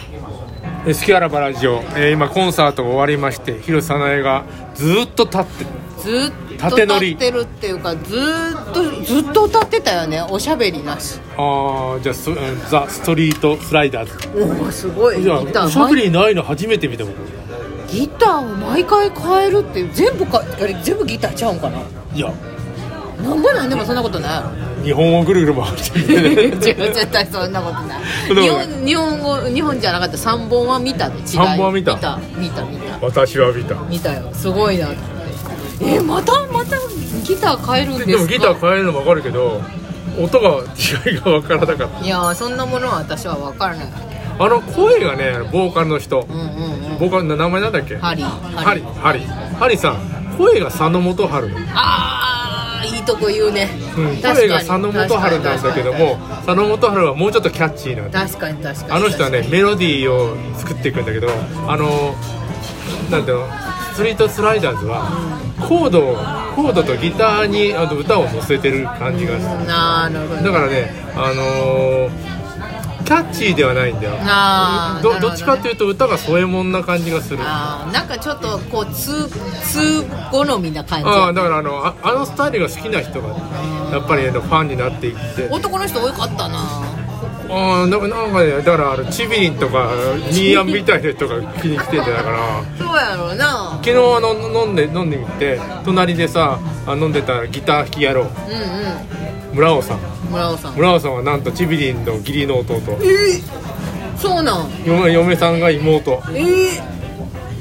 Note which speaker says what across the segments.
Speaker 1: えースキャラバラジオ、えー今コンサートが終わりまして広瀬早苗がずーっと立って
Speaker 2: ずーっと
Speaker 1: 縦乗り
Speaker 2: 立ってるっていうかずーっとずっと歌ってたよねおしゃべりなし
Speaker 1: ああじゃあスザ・ストリート・スライダーズ
Speaker 2: おおすごいギ
Speaker 1: じ
Speaker 2: タ
Speaker 1: ゃあし
Speaker 2: ー
Speaker 1: ゃべ
Speaker 2: 毎
Speaker 1: りないの初めて見た僕
Speaker 2: ギターを毎回変えるっていう全部かあれ全部ギターちゃうんかない
Speaker 1: や
Speaker 2: なんでなんでもそんなことない
Speaker 1: 日本をぐるぐる回して
Speaker 2: 違う絶対そんなことない
Speaker 1: そんな
Speaker 2: 日
Speaker 1: ことない
Speaker 2: 本日本語日本じゃなかった3本は見たで違い
Speaker 1: 三本は見た
Speaker 2: 見た見た見 た
Speaker 1: 私は見た
Speaker 2: 見たよすごいなと思ってえまたまたギター変えるん
Speaker 1: で
Speaker 2: です
Speaker 1: も
Speaker 2: か
Speaker 1: ギター変えるの分かるけど音が違いが分からなかっ
Speaker 2: いやーそんなものは私は分からない
Speaker 1: たあの声がねあのボーカルの人
Speaker 2: うんうんうん
Speaker 1: ボーカルの名前なんだっけ
Speaker 2: ハリー
Speaker 1: ハリハリハリさん声が佐野元春、うん、
Speaker 2: あーいいとこ言うね、
Speaker 1: 声が佐野元春なんだけども佐野元春はもうちょっとキャッチーなんだ
Speaker 2: 確かに確かに確かに
Speaker 1: あの人はねメロディーを作っていくんだけどあのなんていうのストリートスライダーズはコードをコードとギターにあの歌を乗せてる感じがする
Speaker 2: なるほ
Speaker 1: だ
Speaker 2: ど
Speaker 1: からねあのーキャッチーではないんだよ
Speaker 2: あー
Speaker 1: ど
Speaker 2: なるほど
Speaker 1: ど
Speaker 2: ね
Speaker 1: っちかっていうと歌が添えもんな感じがするあ
Speaker 2: あーなんかちょっとこう通通好みな感じ
Speaker 1: あーだからあのああのスタイルが好きな人がやっぱりあのファンになっていって
Speaker 2: 男の人多かったな
Speaker 1: ああなんかなんかねだからあのチビリンとかニーアンみたいな人が気に来てんだよだから
Speaker 2: そうやろうな
Speaker 1: 昨日あの飲んで飲んでみて隣でさあ飲んでたギター弾き野郎
Speaker 2: うんう
Speaker 1: 村尾さん
Speaker 2: ん村尾さん
Speaker 1: 村尾さんはなんとチビリンの義理の弟
Speaker 2: えーそうなん
Speaker 1: 嫁嫁さんが妹
Speaker 2: え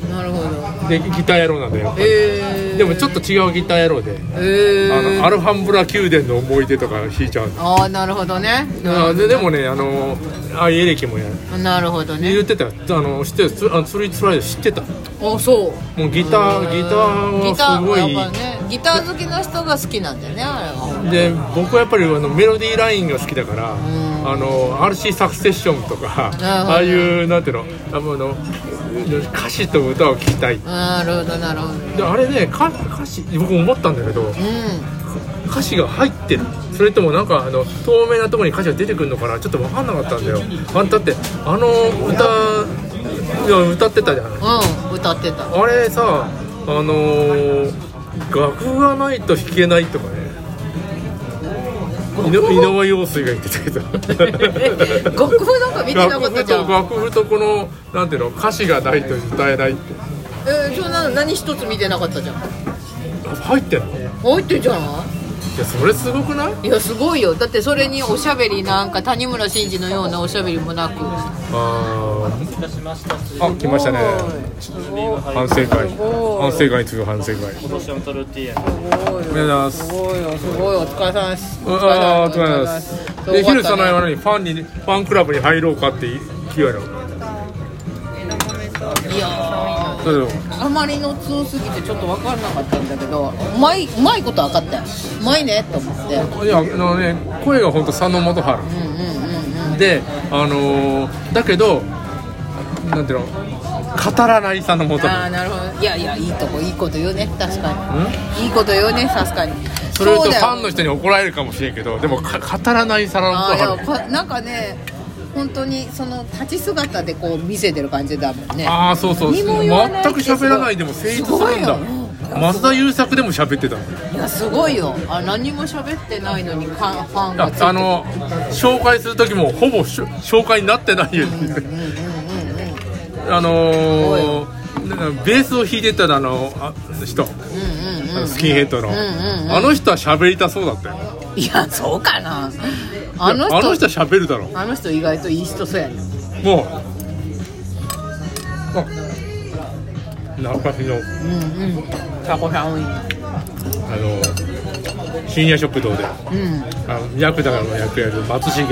Speaker 2: ー、なるほど
Speaker 1: でギター野郎なんだよ
Speaker 2: えー、
Speaker 1: でもちょっと違うギター野郎で、
Speaker 2: えー、
Speaker 1: あのアルファンブラ宮殿の思い出とか弾いちゃうの
Speaker 2: ああなるほどね
Speaker 1: あででもねあのああエレキもやる
Speaker 2: なるほど
Speaker 1: 言
Speaker 2: ね
Speaker 1: ってたよあの知ってるつあのそれつらい知ってたも
Speaker 2: あそう
Speaker 1: うギターギタ
Speaker 2: ギ
Speaker 1: ー
Speaker 2: タ
Speaker 1: はす
Speaker 2: ー
Speaker 1: ごい
Speaker 2: やっぱねギター好きな人が好きなんだよねあれは
Speaker 1: で僕はやっぱりあのメロディーラインが好きだから
Speaker 2: ん
Speaker 1: あの RC サクセッションとか
Speaker 2: なるほど
Speaker 1: ああいうなんていうのあのあの歌詞と歌を聞きたい
Speaker 2: なるほどなるほど
Speaker 1: であれねか歌詞僕思ったんだけど
Speaker 2: う
Speaker 1: 歌詞が入ってるそれともなんかあの透明なところに歌詞が出てくるのかなちょっと分かんなかったんだよあんたってあの歌いや歌ってたじゃん
Speaker 2: んうん歌ってた
Speaker 1: あれさあのー楽がないと弾けないとかね井の井上陽水が言ってたけど
Speaker 2: 楽譜なんか見てなか
Speaker 1: 楽
Speaker 2: った
Speaker 1: 譜
Speaker 2: じゃ
Speaker 1: と
Speaker 2: ん
Speaker 1: 楽譜とこのなんていうの歌詞がないと歌えないって
Speaker 2: えー、そんなの何一つ見てなかったじゃん
Speaker 1: 入ってんのいや
Speaker 2: 入ってんじゃん
Speaker 1: それすごくない
Speaker 2: いやすごいよだってそれにおしゃべりなんか谷村新司のようなおしゃべりもなく
Speaker 1: あーあ来ましたね反省会反省会に次ぐ反省会
Speaker 3: 今年のトルティーヤ
Speaker 1: おめでとうございます
Speaker 2: すごいよすごいお疲れ様です
Speaker 1: ああお疲れ様ですでヒルさんの
Speaker 2: よ
Speaker 1: は何ファンにファンクラブに入ろうかって気がなの
Speaker 2: いやー
Speaker 1: そうそう
Speaker 2: あまりの強すぎてちょっと分からなかったんだけどうまいうまいことは分かったようまいねと思ってうん
Speaker 1: いやあのね声が本当佐野元春
Speaker 2: うんうんうん
Speaker 1: であのーだけどなんていうの語らない佐野元
Speaker 2: ああ
Speaker 1: 春
Speaker 2: なるほどいやいやいいとこいいこと言うね確かにいいこと言うね確かに
Speaker 1: それを言う
Speaker 2: う
Speaker 1: と
Speaker 2: だ
Speaker 1: フ
Speaker 2: よ
Speaker 1: ァンの人に怒られるかもしれんけどでもか語らない佐野
Speaker 2: あ
Speaker 1: 元
Speaker 2: あでも
Speaker 1: 春
Speaker 2: こなんかね本当にその立ち姿でこう見せてる感じだもんね
Speaker 1: ああそうそう全
Speaker 2: 何
Speaker 1: く
Speaker 2: も言わないってすごい
Speaker 1: 喋らないでも成立するん
Speaker 2: すご
Speaker 1: だ
Speaker 2: いよ
Speaker 1: 松田優作でも喋ってたの
Speaker 2: いやすごいよあ何も喋ってないのにかファンがついて
Speaker 1: ああの紹介する時もほぼしょ紹介になってないよね
Speaker 2: うんうんうんうん
Speaker 1: あのーなんかベースを弾いてたあのあ人
Speaker 2: うんうんうん
Speaker 1: スキンヘッドの、
Speaker 2: うんうんうん
Speaker 1: あの人は喋りたそうだったよ
Speaker 2: いやそうかなあの人
Speaker 1: あの人は喋るだろう
Speaker 2: あの人意外といい人そうやね
Speaker 1: もうあ中橋の
Speaker 2: うんうんタコさん多いな
Speaker 1: あの深夜食堂であ
Speaker 2: うん
Speaker 1: の役だからの役やる松重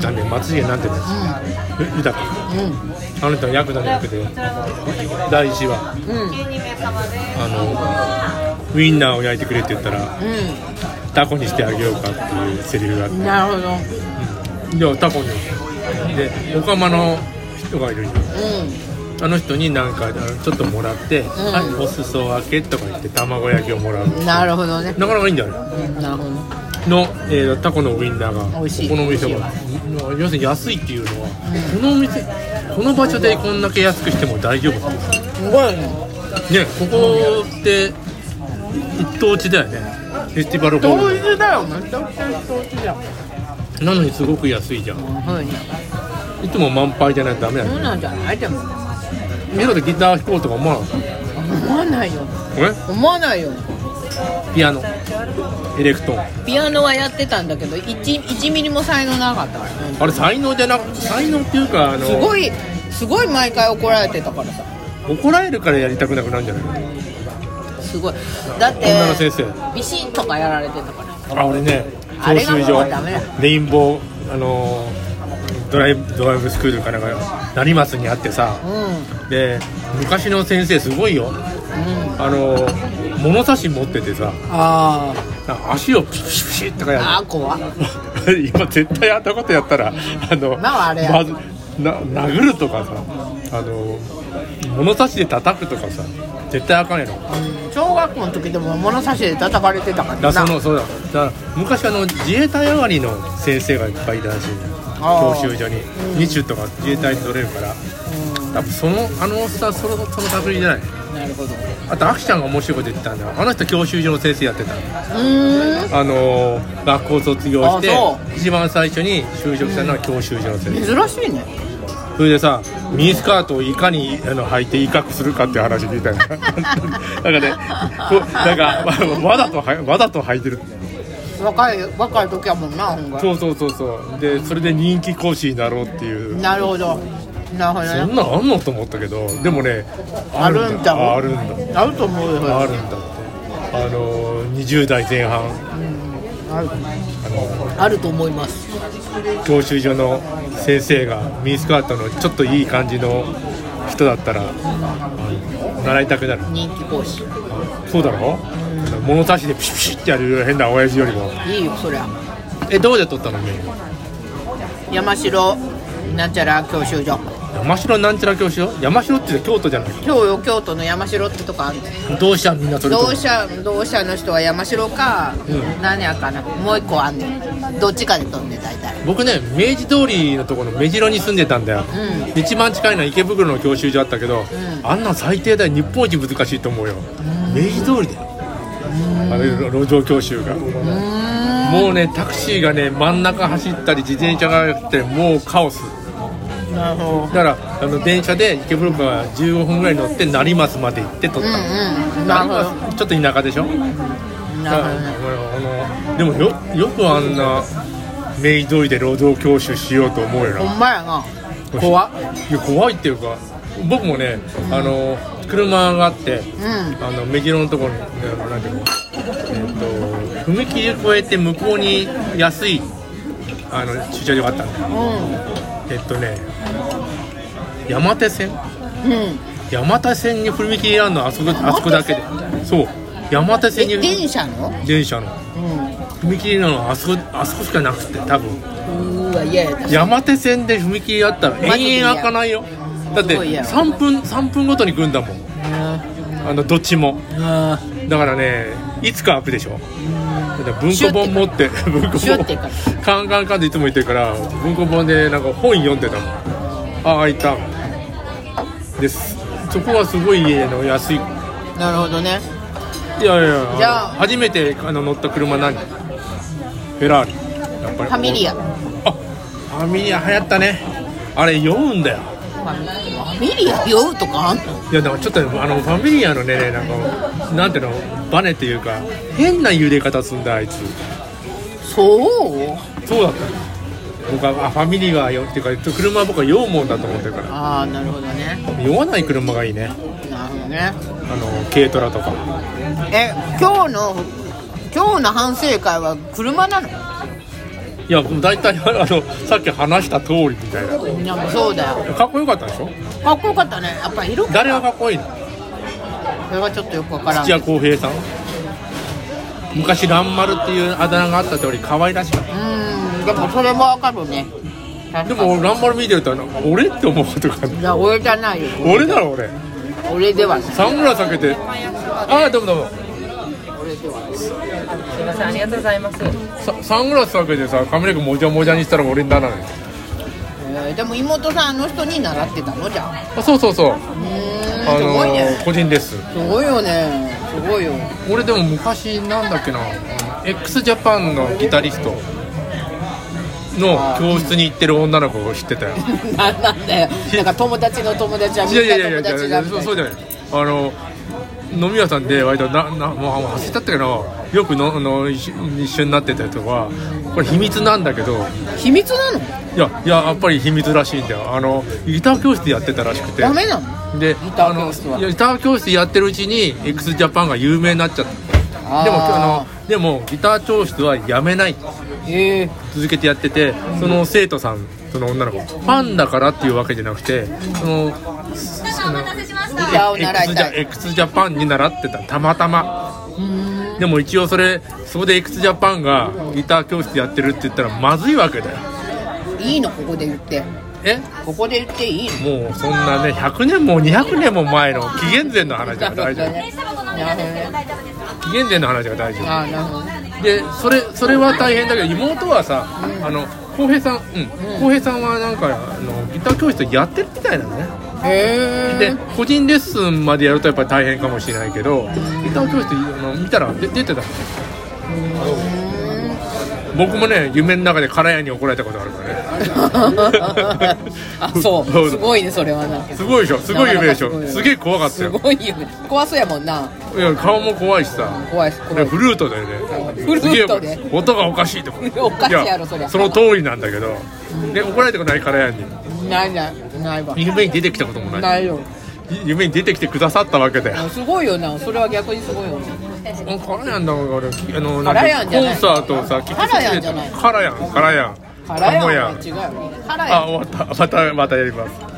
Speaker 1: なんで松重なんて言うんです豊か
Speaker 2: う
Speaker 1: あの人は役だの役で第一話
Speaker 2: んうんうん
Speaker 1: あのウインナーを焼いてくれって言ったらタコにしてあげようかっていうセリフがあって
Speaker 2: うんなるほど
Speaker 1: でタコにでオカマの人がいるじゃん
Speaker 2: う
Speaker 1: あの人になんかあのちょっともらって、はいお裾分けとか言って卵焼きをもらうなん
Speaker 2: なるほどね
Speaker 1: かなかいいんだよね
Speaker 2: なるほど
Speaker 1: の、えータコのウインナーが
Speaker 2: 美味しい
Speaker 1: ここのお店
Speaker 2: 美
Speaker 1: が要するに安いっていうのは、このお店この場所でこんだけ安くしても大丈夫なのね
Speaker 2: すごいね
Speaker 1: ここって一等地だよねフェスティバルホール
Speaker 2: 子だよめちゃくちゃ同時だよ
Speaker 1: のなのにすごく安いじゃん
Speaker 2: はいね
Speaker 1: いつも満杯じゃないとダメだ
Speaker 2: そ
Speaker 1: よ
Speaker 2: うなんじゃないでも
Speaker 1: ミロでギター弾こうとか思わなかっ
Speaker 2: 思わないよ
Speaker 1: たえ
Speaker 2: 思わないよ
Speaker 1: ピアノエレクトーン
Speaker 2: ピアノはやってたんだけど 1, 1ミリも才能なかったから、うん
Speaker 1: あれ才能じゃなく才能っていうかあの
Speaker 2: すごいすごい毎回怒られてたからさ
Speaker 1: 怒られるからやりたくなくなるんじゃない
Speaker 2: すごいだって
Speaker 1: 女の先生
Speaker 2: ビシッとかやられてたから
Speaker 1: あ俺ね教
Speaker 2: あれが
Speaker 1: 習
Speaker 2: も
Speaker 1: 所
Speaker 2: うダメだ
Speaker 1: レインボーあのードライブドライブスクールかなんか成松にあってさ
Speaker 2: うん
Speaker 1: で昔の先生すごいよ
Speaker 2: うん
Speaker 1: あのー物差し持っててさ
Speaker 2: あ
Speaker 1: なんか足をピシピシピシッとか
Speaker 2: ーあ
Speaker 1: や
Speaker 2: ー怖っ
Speaker 1: る 今絶対あんなことやったらあの、
Speaker 2: まああれや
Speaker 1: まずな殴るとかさあのー物差しで叩くとかさ絶対あかんやろ
Speaker 2: 小学校の時でも物差しで叩かれてたか
Speaker 1: だ
Speaker 2: ら
Speaker 1: そ
Speaker 2: な
Speaker 1: のそうだだから昔あの自衛隊上がりの先生がいっぱいいたらしいんだよ
Speaker 2: あー
Speaker 1: 教習所に、二種とか自衛隊に取れるから多分そのあのおっさんそのその確認じゃない
Speaker 2: うんなるほどう
Speaker 1: あとアキちゃんが面白いこと言ってたんだよあの人教習所の先生やってた
Speaker 2: ーん
Speaker 1: あのー学校卒業して
Speaker 2: あそ
Speaker 1: 一番最初に就職したのは教習所の先生、
Speaker 2: 珍しいね
Speaker 1: それでさミニスカートをいかにあの履いて威嚇するかっていう話聞いた よなんかねこうなんかわわざとはわざと履いてる
Speaker 2: 若い若い時やもんなほんが
Speaker 1: そうそうそうそうでそれで人気講師になろうっていう
Speaker 2: なるほどなるほ
Speaker 1: そ
Speaker 2: ど
Speaker 1: ん
Speaker 2: ね
Speaker 1: なんあんのと思ったけどでもね
Speaker 2: あるんだ
Speaker 1: ああるんだ
Speaker 2: あると思うよ
Speaker 1: あるんだってあのー20代前半
Speaker 2: ある
Speaker 1: あの
Speaker 2: あると思います
Speaker 1: ー教習所の先生がミニスカートのちょっといい感じの人だったらあの習いたくなる
Speaker 2: 人気講師
Speaker 1: そうだろ物差しでピシピシってやる変な親父よりも
Speaker 2: いいよそりゃ
Speaker 1: えどうで撮ったのメイン
Speaker 2: 山城なんちゃら教習所
Speaker 1: 山城なんちゃら教習所山城って京都じゃない
Speaker 2: 今日よ京都の山城ってとこある
Speaker 1: 同志社みんなそれ撮
Speaker 2: 同
Speaker 1: る
Speaker 2: 志社同志社の人は山城か、
Speaker 1: うん
Speaker 2: 何やかなもう一個あんねんどっちかで飛んで大体
Speaker 1: 僕ね明治通りのところの目白に住んでたんだよ、
Speaker 2: う
Speaker 1: 一番近いのは池袋の教習所あったけど、
Speaker 2: ん
Speaker 1: あんなん最低だよ日本一難しいと思うよ、明治通りだよあれ路上教習がもうねタクシーがね真ん中走ったり自転車が来てもうカオス
Speaker 2: なるほど
Speaker 1: だからあの電車で池袋から15分ぐらい乗って成増まで行って撮っ
Speaker 2: うん
Speaker 1: た、
Speaker 2: うんな
Speaker 1: 成
Speaker 2: るほど
Speaker 1: 増ちょっと田舎でしょ
Speaker 2: なるほどね
Speaker 1: あのでもよよくあんな明治通りで路上教習しようと思うよな
Speaker 2: ほんまやな
Speaker 1: 怖いや怖いっていうか僕もね、あの車があって
Speaker 2: うん
Speaker 1: あの目白のところにねあのなんていうのえっと踏切を越えて向こうに安いあの駐車場があったんだよえっとね山手線
Speaker 2: うんうん
Speaker 1: 山手線に踏切あるのあそこあそこだけでそう山手線
Speaker 2: え
Speaker 1: に
Speaker 2: 電車の
Speaker 1: 電車の
Speaker 2: う
Speaker 1: 踏切なのあそこあそこしかなくて多分
Speaker 2: んうーわ嫌やだ
Speaker 1: 山手線で踏切あったら延々開かないよだって
Speaker 2: すごい嫌
Speaker 1: 3分3分ごとに来るんだもんあのどっちも
Speaker 2: あ
Speaker 1: だからねいつか開くでしょだって文庫本持って文庫
Speaker 2: シュッてか
Speaker 1: 本カンカンカンっていつも言ってるから文庫本でなんか本読んでたもんあ開いたですそこはすごい家の安いい
Speaker 2: ーなるほどね
Speaker 1: やいやい
Speaker 2: じゃ
Speaker 1: や
Speaker 2: あ
Speaker 1: 初めてあの乗った車何フェラーリやっぱり
Speaker 2: ファミリアフ
Speaker 1: あファミリア流行ったねあれ酔うんだよ
Speaker 2: ァミファミリア酔うとかあんの
Speaker 1: いやだからちょっとねあのファミリアのねなんかなんていうのバネっていうか変な揺れ方すんだあいつ
Speaker 2: そう
Speaker 1: そうだった僕はあファミリーがよっていうか車は僕は酔うもんだと思ってるか
Speaker 2: ああなるほどね
Speaker 1: ら酔わない車がいいね
Speaker 2: なるほどね
Speaker 1: あの軽トラとか
Speaker 2: え今日の今日の反省会は車なの
Speaker 1: いやもう大体あのさっき話した通りみたいない
Speaker 2: やもうそうだよ
Speaker 1: かっこよかったでしょ
Speaker 2: かっこよかったねやっぱ色気
Speaker 1: 誰がかっこいいの
Speaker 2: それはちょっとよくわからん
Speaker 1: 土屋康平さん昔ランマルっていうあだ名があった通り可愛らしかっ
Speaker 2: うんでもそれもわかるね
Speaker 1: たで
Speaker 2: 確かに
Speaker 1: もランマル見てるとなんか俺って思うことがある
Speaker 2: いや俺じゃないよ
Speaker 1: 俺だろ俺
Speaker 2: 俺ではない
Speaker 1: サングラスかけてああどうもどうも
Speaker 2: 俺ではない
Speaker 3: すみません、ありがとうございます。
Speaker 1: ササングラスかけてさ髪の毛もじゃもじゃにしたら俺にならない
Speaker 2: えへえでも妹さんあの人に習ってたのじゃあ
Speaker 1: あそうそうそう
Speaker 2: うーん
Speaker 1: あ
Speaker 2: す
Speaker 1: の
Speaker 2: ごいね
Speaker 1: 個人です
Speaker 2: すごいよねすごいよ
Speaker 1: 俺でも昔なんだっけな x ジャパンのギタリストの教室に行ってる女の子を知ってたよ
Speaker 2: なんなんだよなんか友達の友達はいみ
Speaker 1: やいやい
Speaker 2: んな
Speaker 1: やい
Speaker 2: 友
Speaker 1: や
Speaker 2: 達
Speaker 1: い
Speaker 2: が
Speaker 1: や
Speaker 2: み
Speaker 1: そう
Speaker 2: た
Speaker 1: そう
Speaker 2: い
Speaker 1: じゃないあの飲み屋さんで割とななもうもう忘れちゃったけどよくのあの一緒一緒になってたりとかこれ秘密なんだけど
Speaker 2: な秘密なの
Speaker 1: いやいややっぱり秘密らしいんだよあのギター教室やってたらしくて
Speaker 2: ダメなの
Speaker 1: で
Speaker 2: ギタ
Speaker 1: あ
Speaker 2: ー
Speaker 1: の
Speaker 2: 教室はい
Speaker 1: やギター教室やってるうちに x ジャパンが有名になっちゃったでもあのでもギター教室はやめない
Speaker 2: のへえ
Speaker 1: 続けてやっててその生徒さんその女の子ファンだからっていうわけじゃなくてその
Speaker 3: お待たせしまし
Speaker 2: ギ
Speaker 3: た。
Speaker 2: ターを習
Speaker 1: x
Speaker 2: いたい
Speaker 1: ジャ x ジャパンに習ってたたまたま
Speaker 2: うーん
Speaker 1: でも一応それそこで x ジャパンがギター教室やってるって言ったらまずいわけだよ
Speaker 2: いいのここで言って
Speaker 1: え
Speaker 2: ここで言っていいの
Speaker 1: もうそんなね100年も200年も前の紀元前の話は大丈夫
Speaker 3: 電車箱飲みなんですけど大丈夫ですか？
Speaker 1: 紀元前の話は大丈夫
Speaker 2: ああなるほど
Speaker 1: でそれそれは大変だけど妹はさ、あの浩平さんうん浩平さんはなんかあのギター教室やってるみたいなのね
Speaker 2: へ
Speaker 1: で
Speaker 2: え
Speaker 1: 個人レッスンまでやるとやっぱり大変かもしれないけどギター教室あの見たらで出てた僕もね夢の中で空屋に怒られたことあるからね
Speaker 2: あそうすごいねそれはな
Speaker 1: すごいでしょすごい夢でし
Speaker 2: なかな
Speaker 1: ょ
Speaker 2: か
Speaker 1: すげえ怖かった
Speaker 2: す
Speaker 1: よ
Speaker 2: ごいよね怖そうやもんない
Speaker 1: や顔も怖いしさ
Speaker 2: 怖いし怖
Speaker 1: で
Speaker 2: い
Speaker 1: フルートだよね
Speaker 2: フルートです
Speaker 1: げえ音がおかしいとか
Speaker 2: おかしいやろそりゃ
Speaker 1: その通りなんだけどで怒られたことないからやんに
Speaker 2: ないないないわ
Speaker 1: 夢に出てきたこともない
Speaker 2: ないよ
Speaker 1: 夢に出てきてくださったわけだよ
Speaker 2: あすごいよなそれは逆にすごいよね
Speaker 1: あカラヤンだから俺あの
Speaker 2: カラヤンじゃ
Speaker 1: コ
Speaker 2: ない
Speaker 1: ンサートをさ聞
Speaker 2: カラヤンじゃない
Speaker 1: カラヤンカラヤン
Speaker 2: 辛い
Speaker 1: カモ
Speaker 2: や
Speaker 1: ヤ
Speaker 2: ん
Speaker 1: ン
Speaker 2: 違うよね辛いや
Speaker 1: あ
Speaker 2: ん
Speaker 1: 終わったまたまたやります